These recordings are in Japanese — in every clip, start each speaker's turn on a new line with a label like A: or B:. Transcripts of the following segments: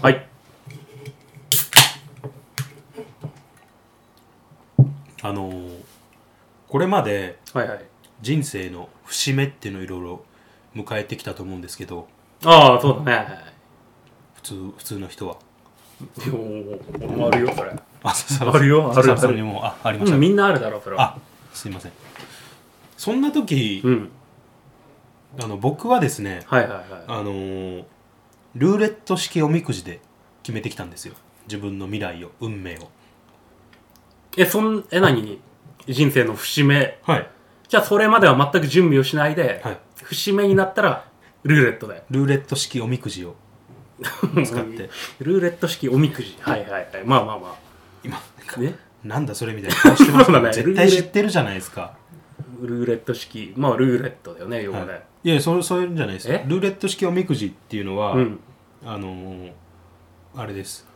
A: はい。
B: あのーこれまで
A: はいはい。
B: 人生の節目っていうのをいろいろ迎えてきたと思うんですけど
A: ああ、そうだね。
B: 普通普通の人は
A: おー俺もあるよ、それ。
B: あさ
A: ある よある
B: ささにもあありました、
A: うん、みんなあるだろ、それは。
B: あすいませんそんな時、
A: うん。
B: あの僕はですね
A: はいはいはい。
B: あのールーレット式おみくじで決めてきたんですよ自分の未来を運命を
A: え、そん、え、何人生の節目。
B: はい
A: じゃあ、それまでは全く準備をしないで、
B: はい
A: 節目になったら、ルーレットだよ。
B: ルーレット式おみくじを使って。
A: ルーレット式おみくじ。はいはいはい。まあまあま
B: 今
A: あ。ね。
B: なんだそれみたいな顔してます け
A: そう
B: ど
A: だね
B: 絶対知ってるじゃないですか
A: ルーレット式。まあ、ルーレットだよね、要はね。
B: いやそうそういうんじゃないです
A: え
B: ルーレット式おみくじっていうのは、
A: うん。
B: あのーあれです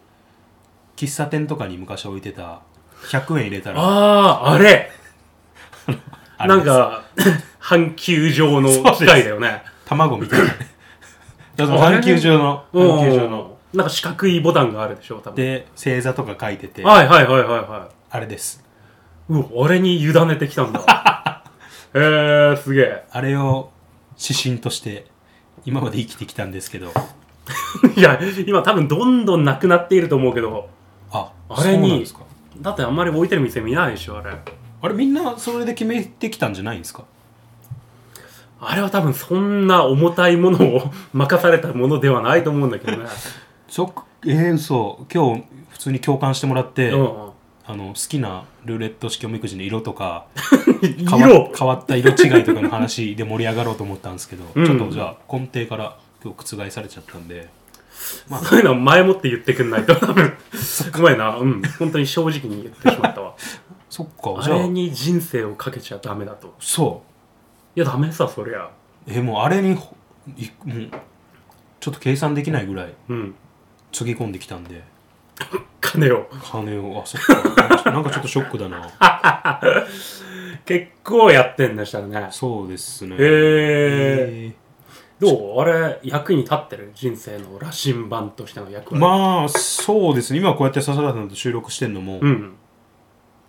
B: 喫茶店とかに昔置いてた100円入れたら
A: ああ、あれ
B: あれ
A: な
B: で
A: ん
B: す
A: か、 半球状の機械だよね。
B: 卵みたい なねだから
A: あれ
B: 半球状の
A: うん
B: 半球状の
A: なんか四角いボタンがあるでしょ、多分。
B: で星座とか書いてて
A: はいはいはいはいは
B: あれです
A: い。うわ、あれに委ねてきたんだ。 へえー、すげえ。
B: あれを指針として今まで生きてきたんですけど
A: いや、今多分どんどんなくなっていると思うけど、
B: あ
A: あれに
B: そうなんですか
A: だってあんまり置いてる店見ないでしょ、あれ。
B: あれみんなそれで決めてきたんじゃないんですか
A: あれは多分そんな重たいものを 任されたものではないと思うんだけどね。
B: そっえー、嘘今日普通に共感してもらって、
A: うん。
B: あの好きなルーレット式おみくじの色とか変わ
A: 色
B: 変わった色違いとかの話で盛り上がろうと思ったんですけど、
A: うん
B: ちょっとじゃあ根底から今日覆されちゃったんで
A: そういうのは前もって言ってくんない と多分。すごいな。うん。本当に正直に言ってしまった わ。
B: そっか
A: あ
B: じゃあ
A: れに人生をかけちゃダメだと。
B: そ
A: いや、ダメさ、そりゃ。
B: うえもうあれにほいもうちょっと計算できないぐらい
A: うん。
B: つぎ込んできたんで
A: 金を。
B: 金をあそっか なんかちょっとショックだな
A: 結構やってんでしたらね。
B: そうですね
A: へー
B: え
A: どうあれ、役に立ってる人生の羅針盤としての役
B: ー
A: 割。
B: まあそうですね今こうやって笹原さんと収録してるのも、
A: う
B: いわ
A: ん。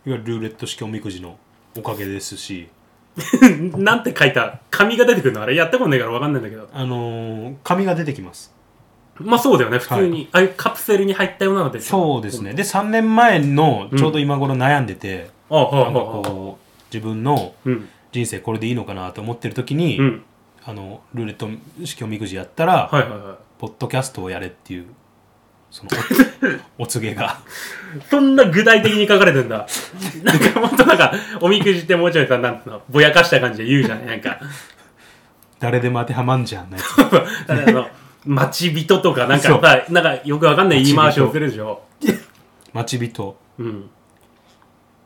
B: ゆるルーレット式おみくじのおかげですし
A: なんて書いた紙が出てくるのあれやったことないからわかんないんだけど。
B: あのー、紙が出てきます
A: まあそうだよね、普通に。ああいうカプセルに入ったようなので。
B: そうですねで3年前のちょうど今頃悩んでて、
A: ああ、はあ、
B: なんか
A: はあ。
B: こう自分の
A: うん。
B: 人生これでいいのかなと思ってる時に、
A: うん。
B: あのルーレット式おみくじやったら、
A: はいはいは
B: ポッドキャストをやれっていうそのおお告げが
A: い。そんな具体的に書かれてん だ。なんかもっとなんか、おみくじってもうちょいさ、なんつうの、ぼやかした感じで言うじゃないなん か。
B: 誰でも当てはまんじゃんのやつ
A: だからあの、待ち人とかなんか
B: そう
A: さ、なんかよくわかんない言い回しをするでしょ。
B: 待ち人
A: うん。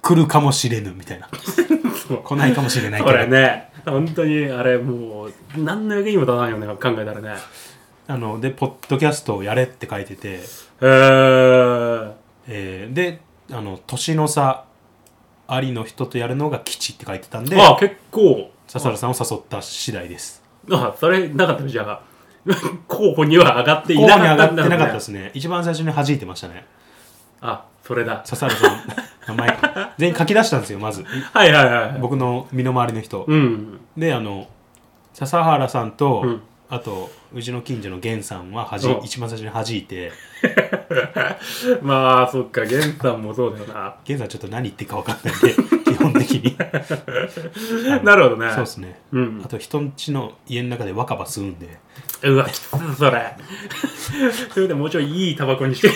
B: 来るかもしれぬみたいな
A: そう
B: 来ないかもしれない
A: こ
B: けど、
A: れね、本当にあれもう、何の役にも立たないよね、考えたらね。
B: あのでポッドキャストをやれって書いてて、
A: えー、
B: えーであの年の差ありの人とやるのが吉って書いてたんで
A: あ、結構、
B: 笹原さんを誘った次第です。
A: あ、それなかったのじゃあ、候補には上がってい
B: 候補
A: な
B: に上
A: かっ
B: が
A: た
B: って
A: んだろうね
B: なかったですね。一番最初に弾いてましたね。
A: あ、それだ。
B: 笹原さん、名前、全員書き出したんですよ、まず。
A: はいはいはい。
B: 僕の身の回りの人。
A: うん。
B: で、あの、笹原さんと、
A: うん
B: あと、うちの近所の源さんは弾い
A: うん
B: 一番最初に弾いて、
A: まあ、そっか、ゲンさんもそうだよな。
B: 源さんちょっと何言ってるか分かんないんで、 基本的に。
A: なるほどね。
B: そうですね。
A: うん
B: あ。と、人んちの家の中で若葉吸うんで、
A: うわ、きついそれ。 それでもうちょいいいタバコにして。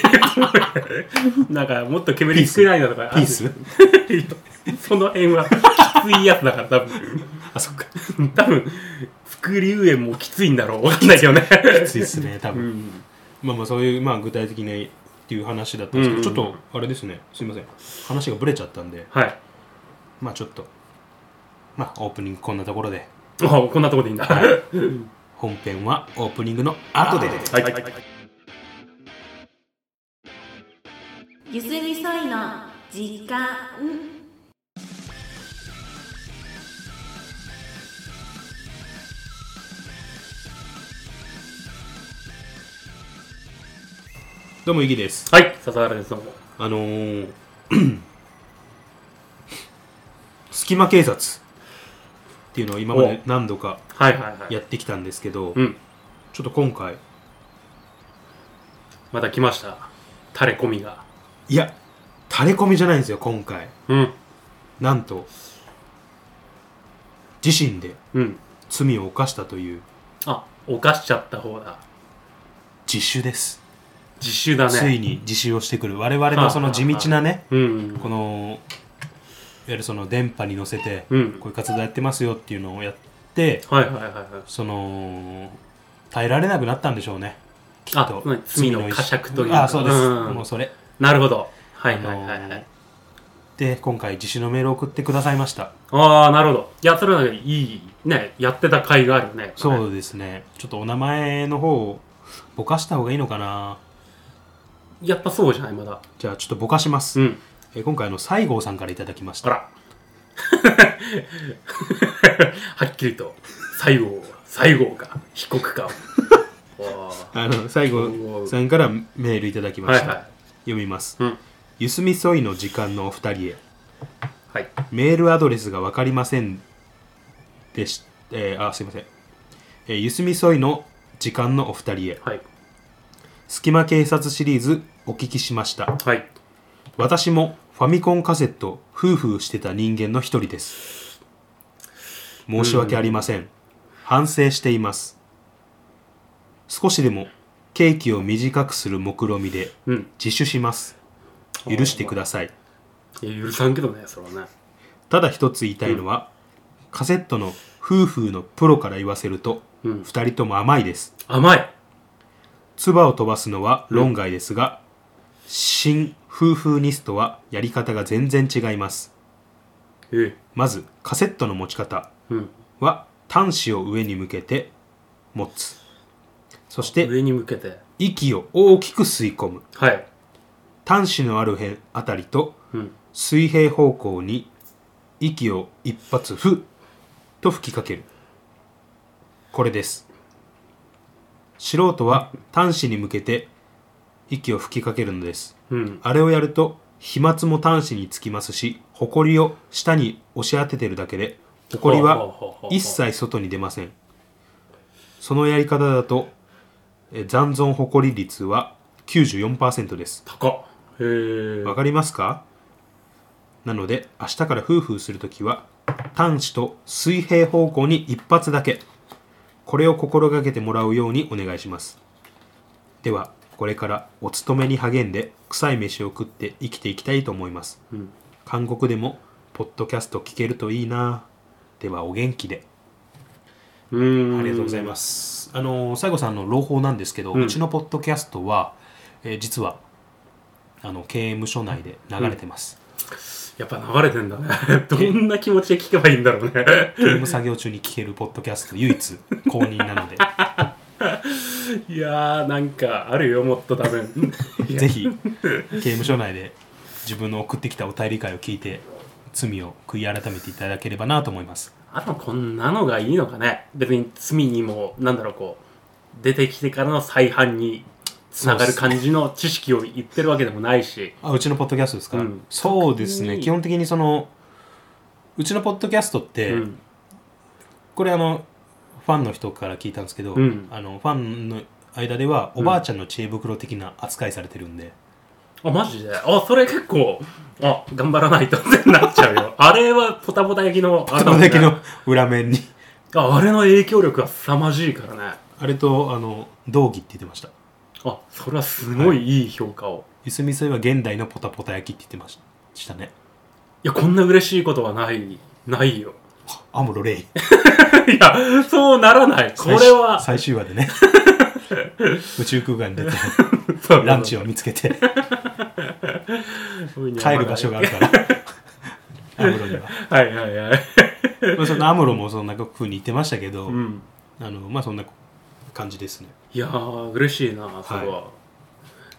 A: なんか、もっと煙少ないなとか。
B: ピース
A: その辺はきついやつだから、多分。
B: あ、そっか。
A: 多分、副流煙もきついんだろう。わかんないけどね。
B: きついっすね、多
A: う
B: 分。
A: ん。
B: まあまあそういうまあ具体的なっていう話だったんですけど、
A: うん
B: ちょっとあれですねすいません話がぶれちゃったんで
A: はい。
B: まあちょっとまあオープニングこんなところで
A: あこんなとこでいいんだ。
B: 本編はオープニングの後でです
A: はい。
C: ゆすみそいの時間
B: どうも、イギです。
A: はい、笹原です、どうも。
B: あのー、 隙間警察っていうのを今まで何度か
A: はいはいはい。
B: やってきたんですけど、
A: うん、
B: ちょっと今回、
A: また来ました。タレコミが。
B: いや、垂れ込みじゃないんですよ、今回。
A: うん、
B: なんと、自身で
A: うん。
B: 罪を犯したという
A: あ、犯しちゃった方だ。
B: 自首です。
A: 自首だね。
B: ついに自首をしてくる。我々のその地道なね、
A: うん。
B: この、いわゆるその電波に乗せて、
A: うん
B: こういう活動やってますよっていうのをやって、
A: はいはいはいはい。
B: その、耐えられなくなったんでしょうね。きっ
A: あ
B: と
A: ごめん。罪の呵責というか
B: あ、そうです。
A: うん
B: もうそれ。
A: なるほど。は
B: はい
A: はいはいはい。
B: で、今回自首のメールを送ってくださいました。
A: ああ、なるほど。いや、それはねいい、ね、やってた甲斐があるね。。
B: そううですね。ちょっとお名前の方をぼかした方がいいのかな。
A: やっぱそうじゃない、まだ。
B: じゃあちょっとぼかします。
A: うん。
B: えー今回あの西郷さんからいただきまし
A: あ
B: た。
A: ら。 はっきりと、西郷、西郷か、被告 かを。おー
B: あの西郷さんからメールいただきました。
A: はいはい
B: 読みます。
A: うん。
B: ゆすみそいの時間のお二人へ
A: はい。
B: メールアドレスがわかりませんでし、えーあすいません。えーゆすみそいの時間のお二人へ
A: はい。
B: 隙間警察シリーズお聞きしました。
A: はい。
B: 私もファミコンカセットフーフーしてた人間の一人です申し訳ありません反省しています少しでもケーキを短くする目論見で
A: うん。
B: 自首します許してください
A: いや許さんけどね、それはね。
B: ただ一つ言いたいのは、カセットのフーフーのプロから言わせると、
A: う
B: 二
A: ん
B: 人とも甘いです
A: 甘い。
B: 唾を飛ばすのは論外ですが、新フーフーニストはやり方が全然違います
A: え
B: まずカセットの持ち方
A: うん。
B: は端子を上に向けて持つそして
A: 上に向けて。
B: 息を大きく吸い込む
A: はい。
B: 端子のある辺あたりと
A: うん。
B: 水平方向に息を一発ふっと吹きかけるこれです素人は端子に向けて息を吹きかけるのです
A: うん。
B: あれをやると飛沫も端子につきますしホコリを下に押し当ててるだけでホコリは一切外に出ませんそのやり方だとえ残存ホコリ率は94%です
A: 高っ。へえ。
B: わかりますかなので明日からフーフーするときは端子と水平方向に一発だけこれを心がけてもらうようにお願いしますではこれからお勤めに励んで臭い飯を食って生きていきたいと思います、
A: ん
B: 韓国でもポッドキャスト聞けるといいなではお元気で
A: うーん。
B: ありがとうござい
A: ま
B: ます。あの西郷さんの朗報なんですけど、う
A: うん
B: ちのポッドキャストは、えー実はあの刑務所内で流れてます。
A: す。やっぱ流れてんだね。 どんな気持ちで聞けばいいんだろうね。
B: 刑務作業中に聞けるポッドキャスト唯一公認な ので、
A: いやー、なんかあるよ、もっと多 分。
B: ぜひ刑務所内で自分の送ってきたお便り会を聞いて罪を悔い改めていただければなと思います。
A: あとこんなのがいいのかね別に罪にもなんだろうこう出てきてからの再犯につながる感じの知識を言ってるわけでもないし
B: あ、うちのポッドキャストですか。
A: うん
B: そうですね。
A: 特に
B: 基本的にそのうちのポッドキャストって。
A: うん
B: これあのファンの人から聞いたんですけど、
A: うん
B: あのファンの間ではおばあちゃんの知恵袋的な扱いされてるんで、
A: あマジであそれ結構あ頑張らないとってなっちゃう よあれはポタポタ焼きのあれだ
B: そ
A: も
B: の
A: んね
B: だけの裏面に
A: ああれの影響力は凄まじいからね
B: あれとあの道義って言ってました
A: あそれはすごいいい評価を、い、
B: ゆすみそいは現代のポタポタ焼きって言ってましたね
A: やこんな嬉しいことはないないよ
B: アムロレイ
A: いやそうならないこれは
B: 最終最終話 でね宇宙空間に出て
A: そう
B: ラ ンチを見つけて帰る場所があるからアムロには、
A: はいはいはい
B: まあ、そのアムロもそんな風に言ってましたけど、
A: うん
B: あのまあそんな感じですね
A: いやー嬉しいなそれは、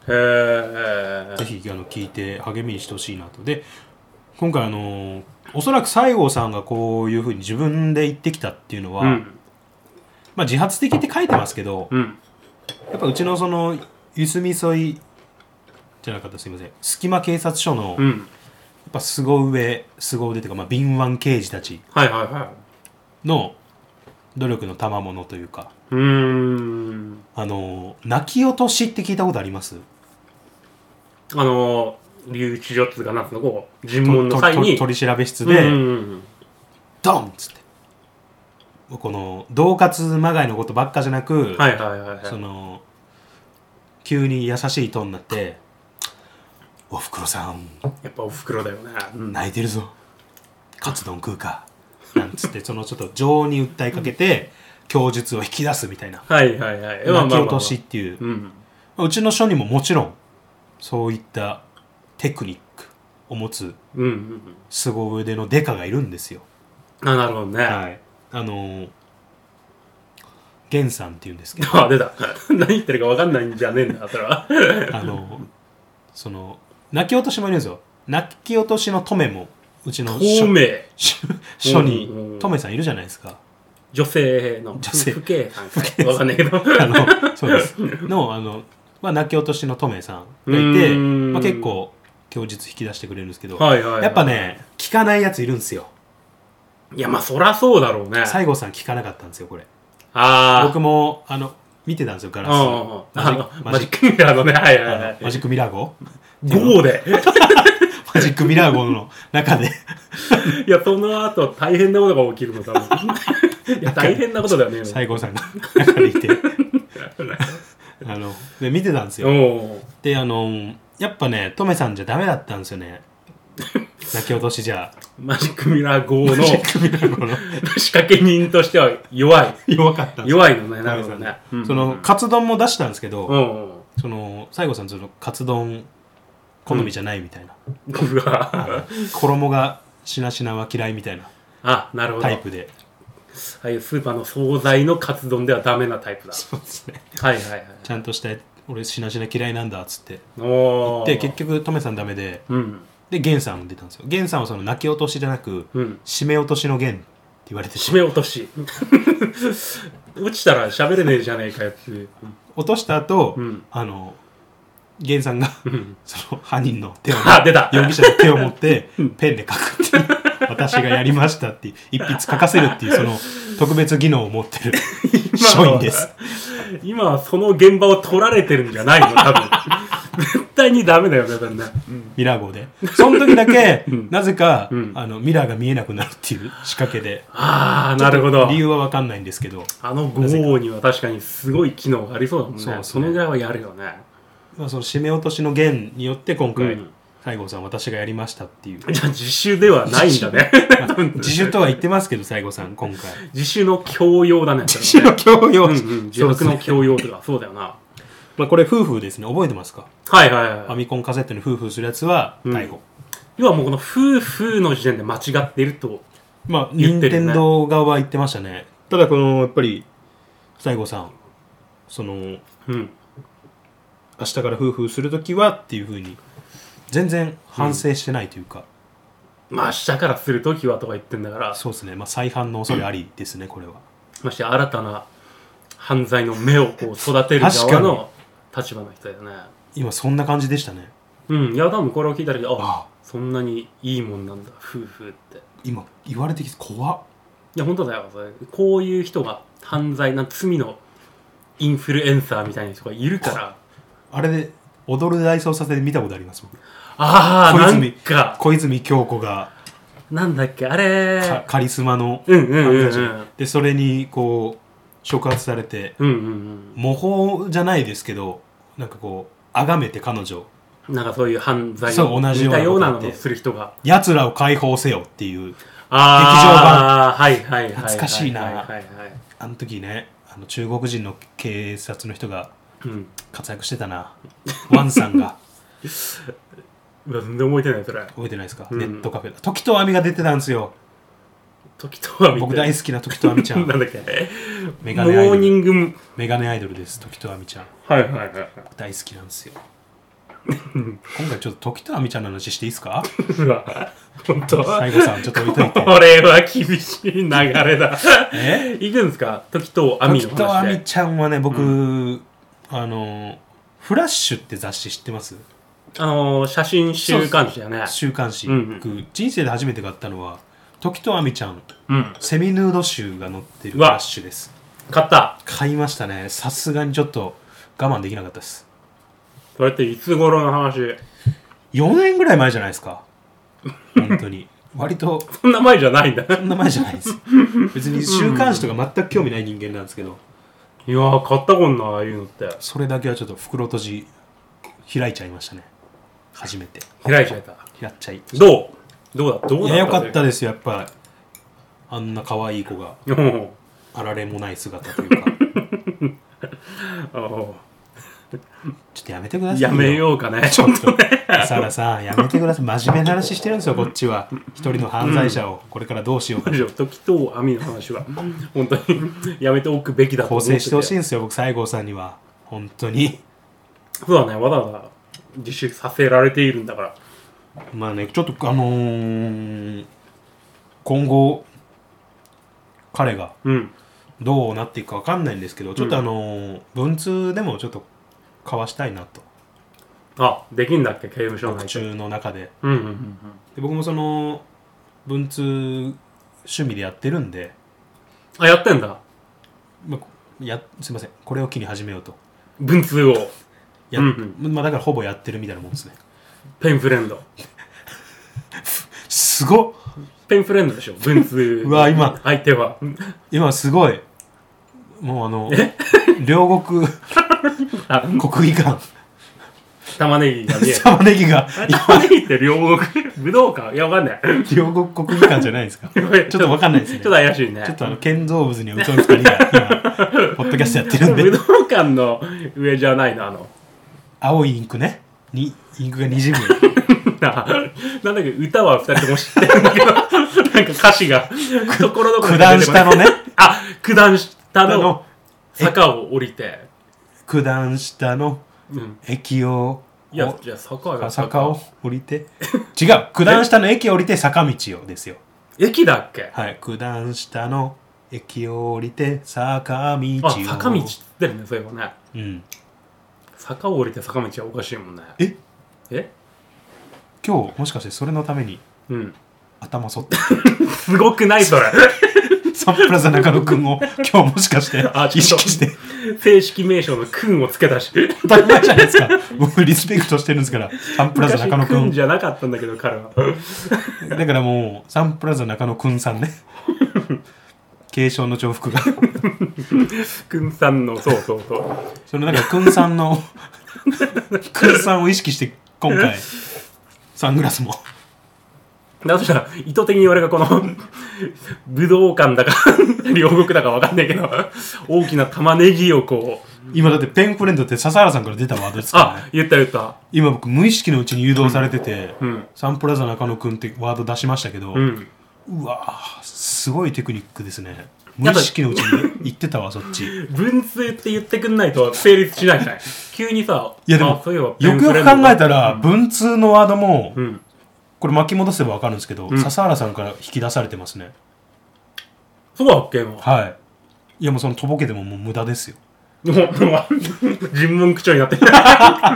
A: へえ
B: ぜひあの聞いて励みにしてほしいなと。で今回あのーおそらく西郷さんがこういうふうに自分で言ってきたっていうのは、
A: うん
B: まあ、自発的って書いてますけど、
A: うん
B: やっぱうちのそのゆすみそいじゃなかったすいません隙間警察署の、
A: う
B: やっ
A: ん
B: ぱ凄腕凄腕というか、まあ、敏腕刑事たち
A: はいはいは
B: の努力の賜物というか
A: いうーん
B: あの泣き落としって聞いたことあります
A: あの留置所っつうかなんつうのこう尋問の際に
B: とと取り調べ室
A: う
B: で、
A: んうんうん
B: ドンっつってこの恫喝まがいのことばっかじゃなく、
A: はいはいはいはい
B: その急に優しいトーンになって「おふくろさん
A: やっぱおふくろだよね、うん
B: 泣いてるぞカツ丼食うか」なんつってそのちょっと情に訴えかけて供述を引き出すみたいな
A: はいはいはいまあ
B: 泣き
A: まあまあ
B: 落としっていう
A: うん
B: うちの署にももちろんそういったテクニックを持つ
A: うんうん
B: 凄腕のデカがいるんですよ
A: うんあなるほどね、
B: はいあのーゲンさんっていう んですけど
A: あ出た何言ってるか分かんないんじゃねえんだそれは
B: あの、その、泣き落としもいるんですよ。泣き落としのトメも、うちの
A: 透
B: 署
A: 明
B: 署
A: うんう
B: に
A: ん、
B: トメさんいるじゃないですか。
A: 女性の
B: 女性
A: 不敬さんかい分かんないけど
B: あの、そうです。の、あの、まあ、泣き落としのトメさんがいて、
A: うーん
B: まあ、結構、供述引き出してくれるんですけど、
A: はいはいはい
B: やっぱね、聞かないやついるんですよ。
A: いやまあそらそうだろうね
B: 西郷さん聞かなかったんですよ、これ。
A: ああ
B: 僕も、あの、見てたんですよ、ガラスの。
A: あ
B: マジ
A: の
B: ックマ
A: マ
B: ジ
A: ジ
B: ッ
A: ッ
B: ク
A: クミラーのねはいはいは
B: あのマ
A: い
B: ジックミラー号
A: 5で
B: マジックミラー号の中で
A: いやその後大変なことが起きるの多 分いや大変なことだよね
B: 西郷さんが中でいて あので見てたんです
A: お
B: よ
A: お
B: であのやっぱねトメさんじゃダメだったんですよね泣き落としじゃ
A: マジックミラー5
B: の
A: の仕掛け人としては弱い
B: 弱かったんですよ
A: 弱いのねなるほ
B: トメさ
A: ど
B: んね
A: ね、うん
B: そのカツ丼も出したんですけど、
A: うんうん
B: その西郷さんそのカツ丼好みじゃないみたいな、
A: うわ
B: 衣がしなしなは嫌いみたいな
A: あなるほど
B: タイ
A: あ
B: プで
A: あいうスーパーの惣菜のカツ丼ではダメなタイプだ
B: そうですね
A: はいはいはい
B: ちゃんとした俺しなしな嫌いなんだっつって
A: おお
B: で結局トメさんダメで
A: うん
B: でゲンさんも出たんですよゲンさんはその泣き落としじゃなく、
A: うん
B: 締め落としの弦って言われてし
A: 締め落とし 落ちたら喋れねえじゃねえかよっていう
B: 落とした後、
A: うん
B: あのゲンさんが
A: ん
B: その犯人の手を
A: あ出た
B: 容疑者の手を持ってペンで書くっていう私がやりましたっていう一筆書かせるっていうその特別技能を持 ってる署員です
A: 今はその現場を取られてるんじゃないの多 分絶対にダメだよね多分ね
B: ミラー号でその時だけ、なぜか、
A: ん
B: あのミラーが見えなくなるっていう仕掛けで
A: ああなるほど
B: 理由は分かんないんですけど、
A: あの5号には確かにすごい機能がありそうだもんね
B: そう
A: そ
B: ですね
A: のぐらいはやるよね
B: まあ、その締め落としの弦によって今回、
A: うん
B: 西郷さん私がやりまし たっていう
A: じゃあ自習ではないんだね
B: 自首とは言ってますけど西郷さん今回
A: 自習の教養だね自
B: 自首の強要
A: うんうん自白の教養とかそうだよな
B: まあ、これ夫婦ですね覚えてますか
A: はいはい
B: ファ
A: はい
B: ミコンカセットに夫婦するやつは
A: うん
B: 逮捕、
A: 要はもうこの夫婦の時点で間違っていると
B: まあ
A: 言
B: 任
A: ってるね
B: 天堂側は言ってましたねただこのやっぱり西郷さんその明
A: うん
B: 日から夫婦する時はっていうふうに全然反省してないというか、
A: まあ明日からするときはとか言ってんだから
B: そうですね、まあ、再犯の恐れありですね、これは
A: まして新たな犯罪の目をこう育てる側の立場の人だよね
B: 今そんな感じでしたね
A: うんいや多分これを聞いた時あ
B: あ
A: そんなにいいもんなんだ夫婦ってい
B: 今言われてきて怖っ
A: や本当だよそれこういう人が犯罪な罪のインフルエンサーみたいな人がいるから
B: あれで踊る大捜査線で見たことあります僕
A: ああ
B: 小
A: な
B: 泉
A: んか
B: 小泉京子が
A: なんだっけあれ
B: カカリスマの
A: うんうんうんうん
B: 犯罪者でそれにこう触発されて
A: うんうん
B: 模倣じゃないですけどなんかこう崇めて彼女を
A: うんなんかそういう犯罪
B: そう同じ
A: 似
B: ような
A: たような
B: こと
A: の
B: やっ
A: を
B: て
A: する人が
B: 奴らを解放せよっていう
A: ああはいはいはいはい
B: 懐かしいな
A: はいはいはい
B: あの時ねあの中国人の警察の人が
A: うん
B: 活躍してたなワンさ んが
A: うわ全然覚えてないそれ
B: 覚えてないですか、
A: うん
B: ネットカフェ時と亜美が出てたんですよ
A: 時とは見て
B: 僕大好きな時と亜美ちゃ
A: なん
B: ん
A: だっけ
B: メ
A: モ
B: ガネアイド
A: ーニ
B: ル
A: ングム
B: メガネアイドルです時と亜美ちゃん
A: はいはいはい
B: 大好きなんですよ今回ちょっと時と亜美ちゃんの話していいです か
A: うわ本当
B: 最後さんちょっと置いとい て
A: これは厳しい流れだ
B: え
A: いくんですか時と網
B: 時
A: の
B: と亜
A: 話
B: 美
A: で
B: ちゃんはね僕、あの「フラッシュ」って雑誌知ってます
A: あのー写真週刊誌だよね
B: 週刊誌、
A: うんうん
B: 僕人生で初めて買ったのは時とあみちゃん
A: うん
B: セミヌード集が載ってる
A: うわ
B: ラッシュです
A: 買った
B: 買いましたねさすがにちょっと我慢できなかったです
A: それっていつ頃の話
B: 4年ぐらい前じゃないですか本当 に割と
A: そんな前じゃないんだ
B: そんな前じゃないです別に週刊誌とか全く興味ない人間なんですけど
A: いやー買ったこんなああいうのって
B: それだけはちょっと袋閉じ開いちゃいましたね初めて
A: 開いちゃえた
B: やっちゃい
A: どうどうだどうだ
B: いやよかった
A: で
B: ですよやっぱあんな可愛い子が
A: すうん
B: あられもない姿という か
A: あ
B: ちょっとやめてくだ
A: あ
B: さい
A: やめようかね
B: ちょっと笠原さんやめてください真面目な話してるんですよこっちは一人の犯罪者をこれからどうしようか
A: むしろ 時と網の話は本当にやめておくべきだと思
B: 構
A: ってて
B: 成してほしいんですよ僕西郷さんには本当に
A: そうだねわざわざ自粛させられているんだから
B: まあねちょっとあのー今後彼が
A: うん
B: どうなっていくかわかんないんですけどちょっとあのー文通でもちょっと交わしたいなと
A: あできんだっけ刑務所
B: 特
A: 内で
B: 注の中で
A: うんうんうん
B: で僕もその文通趣味でやってるんで、
A: あやってんだ
B: まあやすいませんこれを機に始めようと
A: 文通を
B: や、
A: うん
B: まあ、だからほぼやってるみたいなもんですね
A: ペンフレンド
B: すごっ
A: ペンフレンドでしょ文通
B: うわ今
A: 相手は
B: 今すごいもうあの 両国
A: あ
B: 国技館
A: 玉ねぎが見える
B: 玉ねぎ が
A: あれ玉ねぎって両国武道館いやわかんない
B: 両国国技館じゃないです かちょっとわかんないですね
A: ちょっと怪しいね
B: ちょっとあの建造物に疎い二人が今ポッドキャストやってるん
A: 武
B: で
A: 道館の上じゃないのあの
B: 青いインクねにインクがに じむ
A: ななんだっけ歌は二人とも知ってるんだけどなんか歌詞がところどころ
B: 九
A: に
B: 段
A: 出てこな
B: 下
A: い
B: のね
A: あ九段下
B: あ
A: の
B: の
A: 坂を降りて
B: 九段下の
A: うん
B: 駅を
A: いやじゃあ坂
B: お
A: は
B: 坂を降りて違 う九段下の駅を降りて坂道をですよ
A: 駅だっけ
B: はい九段下の駅を降りて坂道を
A: あ坂道っつってるねそういえばね
B: うん
A: 坂を降りて坂道はおかしいもんね
B: え
A: え
B: 今日もしかしてそれのために
A: うん
B: 頭剃って
A: すごくないそれ
B: サンプラザ中野くんを今日もしかして
A: あちょっと
B: 意識して
A: 正式名称の「くん」をつけたし
B: 当たり前じゃないですか僕リスペクトしてるんですからサンプラザ
A: 昔
B: 中野く
A: くん
B: ん
A: じゃなかったんだけど彼は
B: だからもうサンプラザ中野く んさんね継承の重複が
A: くんさんのそうそうそう
B: そのなんかくんさんのくんさんを意識して今回サングラスも
A: だとしたら意図的に俺がこの武道館だか両国だかわかんないけど大きな玉ねぎをこう
B: 今だってペンフレンドって笹原さんから出たワードですから
A: あ
B: ね
A: 言った言った
B: 今僕無意識のうちに誘導されてて、
A: うん
B: サンプラザ中野くんってワード出しましたけど、う
A: うん
B: わぁすごいテクニックですね無意識のうちに言ってたわそっちよ
A: 文通って言ってくんないと成立しないじゃない急にさ
B: いやでも
A: あそういえば
B: くよく考えたら文通のワードも、
A: うん
B: これ巻き戻せば分かるんですけど、
A: ん
B: 笹原さんから引き出されてますね
A: そうだっけ今
B: はいいやもうそのとぼけてももう無駄ですよ
A: もう、もう、尋問口調になってきた。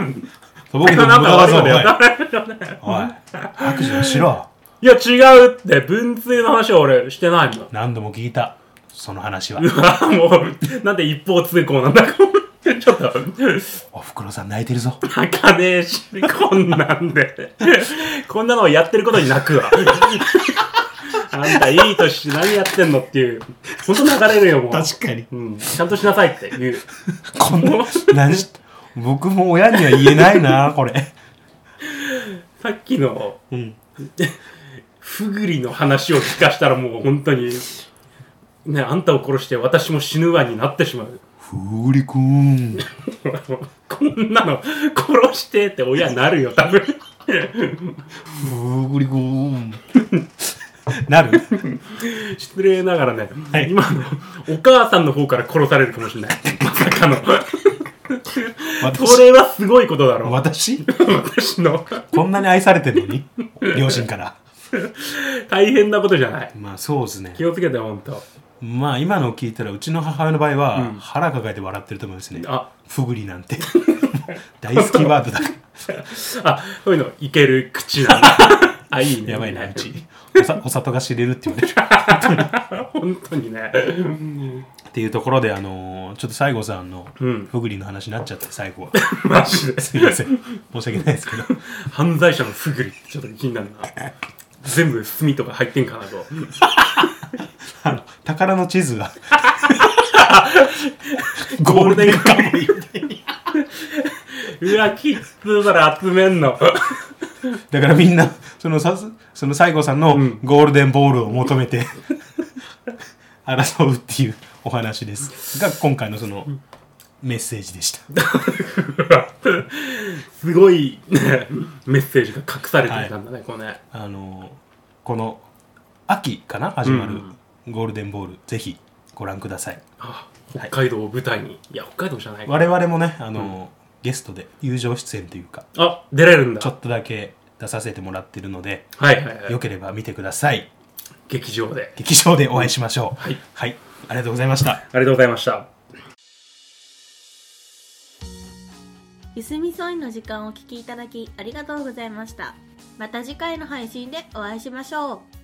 B: とぼけても
A: なん
B: 無
A: か
B: 駄だ
A: 悪い
B: ぞ
A: こと
B: おい
A: やった
B: おい白状しろ
A: いや、違うって、文通の話は俺してないもん。
B: 何度も聞いたその話は
A: うわもう、なんで一方通行なんだ、ちょっと、
B: おふくろさん泣いてるぞ
A: 泣かねえし、こんなんで。こんなのをやってることに泣くわ。あんた、いい年して何やってんのっていう。ほんと泣かれるよ、もう。
B: 確かに
A: うん、ちゃんとしなさいっていう。
B: こんな何し僕も親には言えないなこれ
A: さっきの、
B: うん
A: ふぐりの話を聞かしたらもう本当に、ね、あんたを殺して私も死ぬわになってしまう。
B: ふりくん
A: こんなの殺してって親なるよ、多分。
B: ふりくんなる
A: 失礼ながらね、今のお母さんの方から殺されるかも しれない。まさかの。そ
B: 私
A: れはすごいことだろう。
B: 私
A: 私の
B: こんなに愛されてるのに両親から
A: 大変なことじゃない。
B: まあそうですね
A: 気をつけてよ、ほんと。
B: まあ今のを聞いたらうちの母親の場合は腹抱えて笑ってると思いますね
A: あ
B: ふぐりなんて大好きワードだ
A: あそういうのいける口なん だあいいね
B: やばいなうち おさお里が知れるって言わ れる
A: 本当にね
B: っていうところであのーちょっと西郷さんの
A: うん
B: ふぐりの話になっちゃって最 後は
A: マジです
B: いません申し訳ない ですけど
A: 犯罪者のふぐりってちょっと気になるな全部炭とか入ってんかなと
B: あの宝の地図が ゴールデンカムイ
A: うわきっつそれ集めんの
B: だからみんなそのさその西郷さんの
A: うん
B: ゴールデンボールを求めて 争うっていうお話ですが今回のそのメッセージでした
A: すごい、ね、メッセージが隠されていたんだね、これね
B: あのこの秋かな始まるゴールデンボール、ぜひご覧ください
A: あ北海道を舞台に、い、や北海道じゃないか
B: 我々もねあの、ゲストで友情出演というか
A: あ出られるんだ
B: ちょっとだけ出させてもらってるので
A: はいはいは
B: よ
A: い
B: ければ見てください
A: 劇場で
B: 劇場でお会いしましょう
A: はい、
B: はい、ありがとうございました
A: ありがとうございました
C: ゆすみそいの時間をお聞きいただきありがとうございましたまた次回の配信でお会いしましょう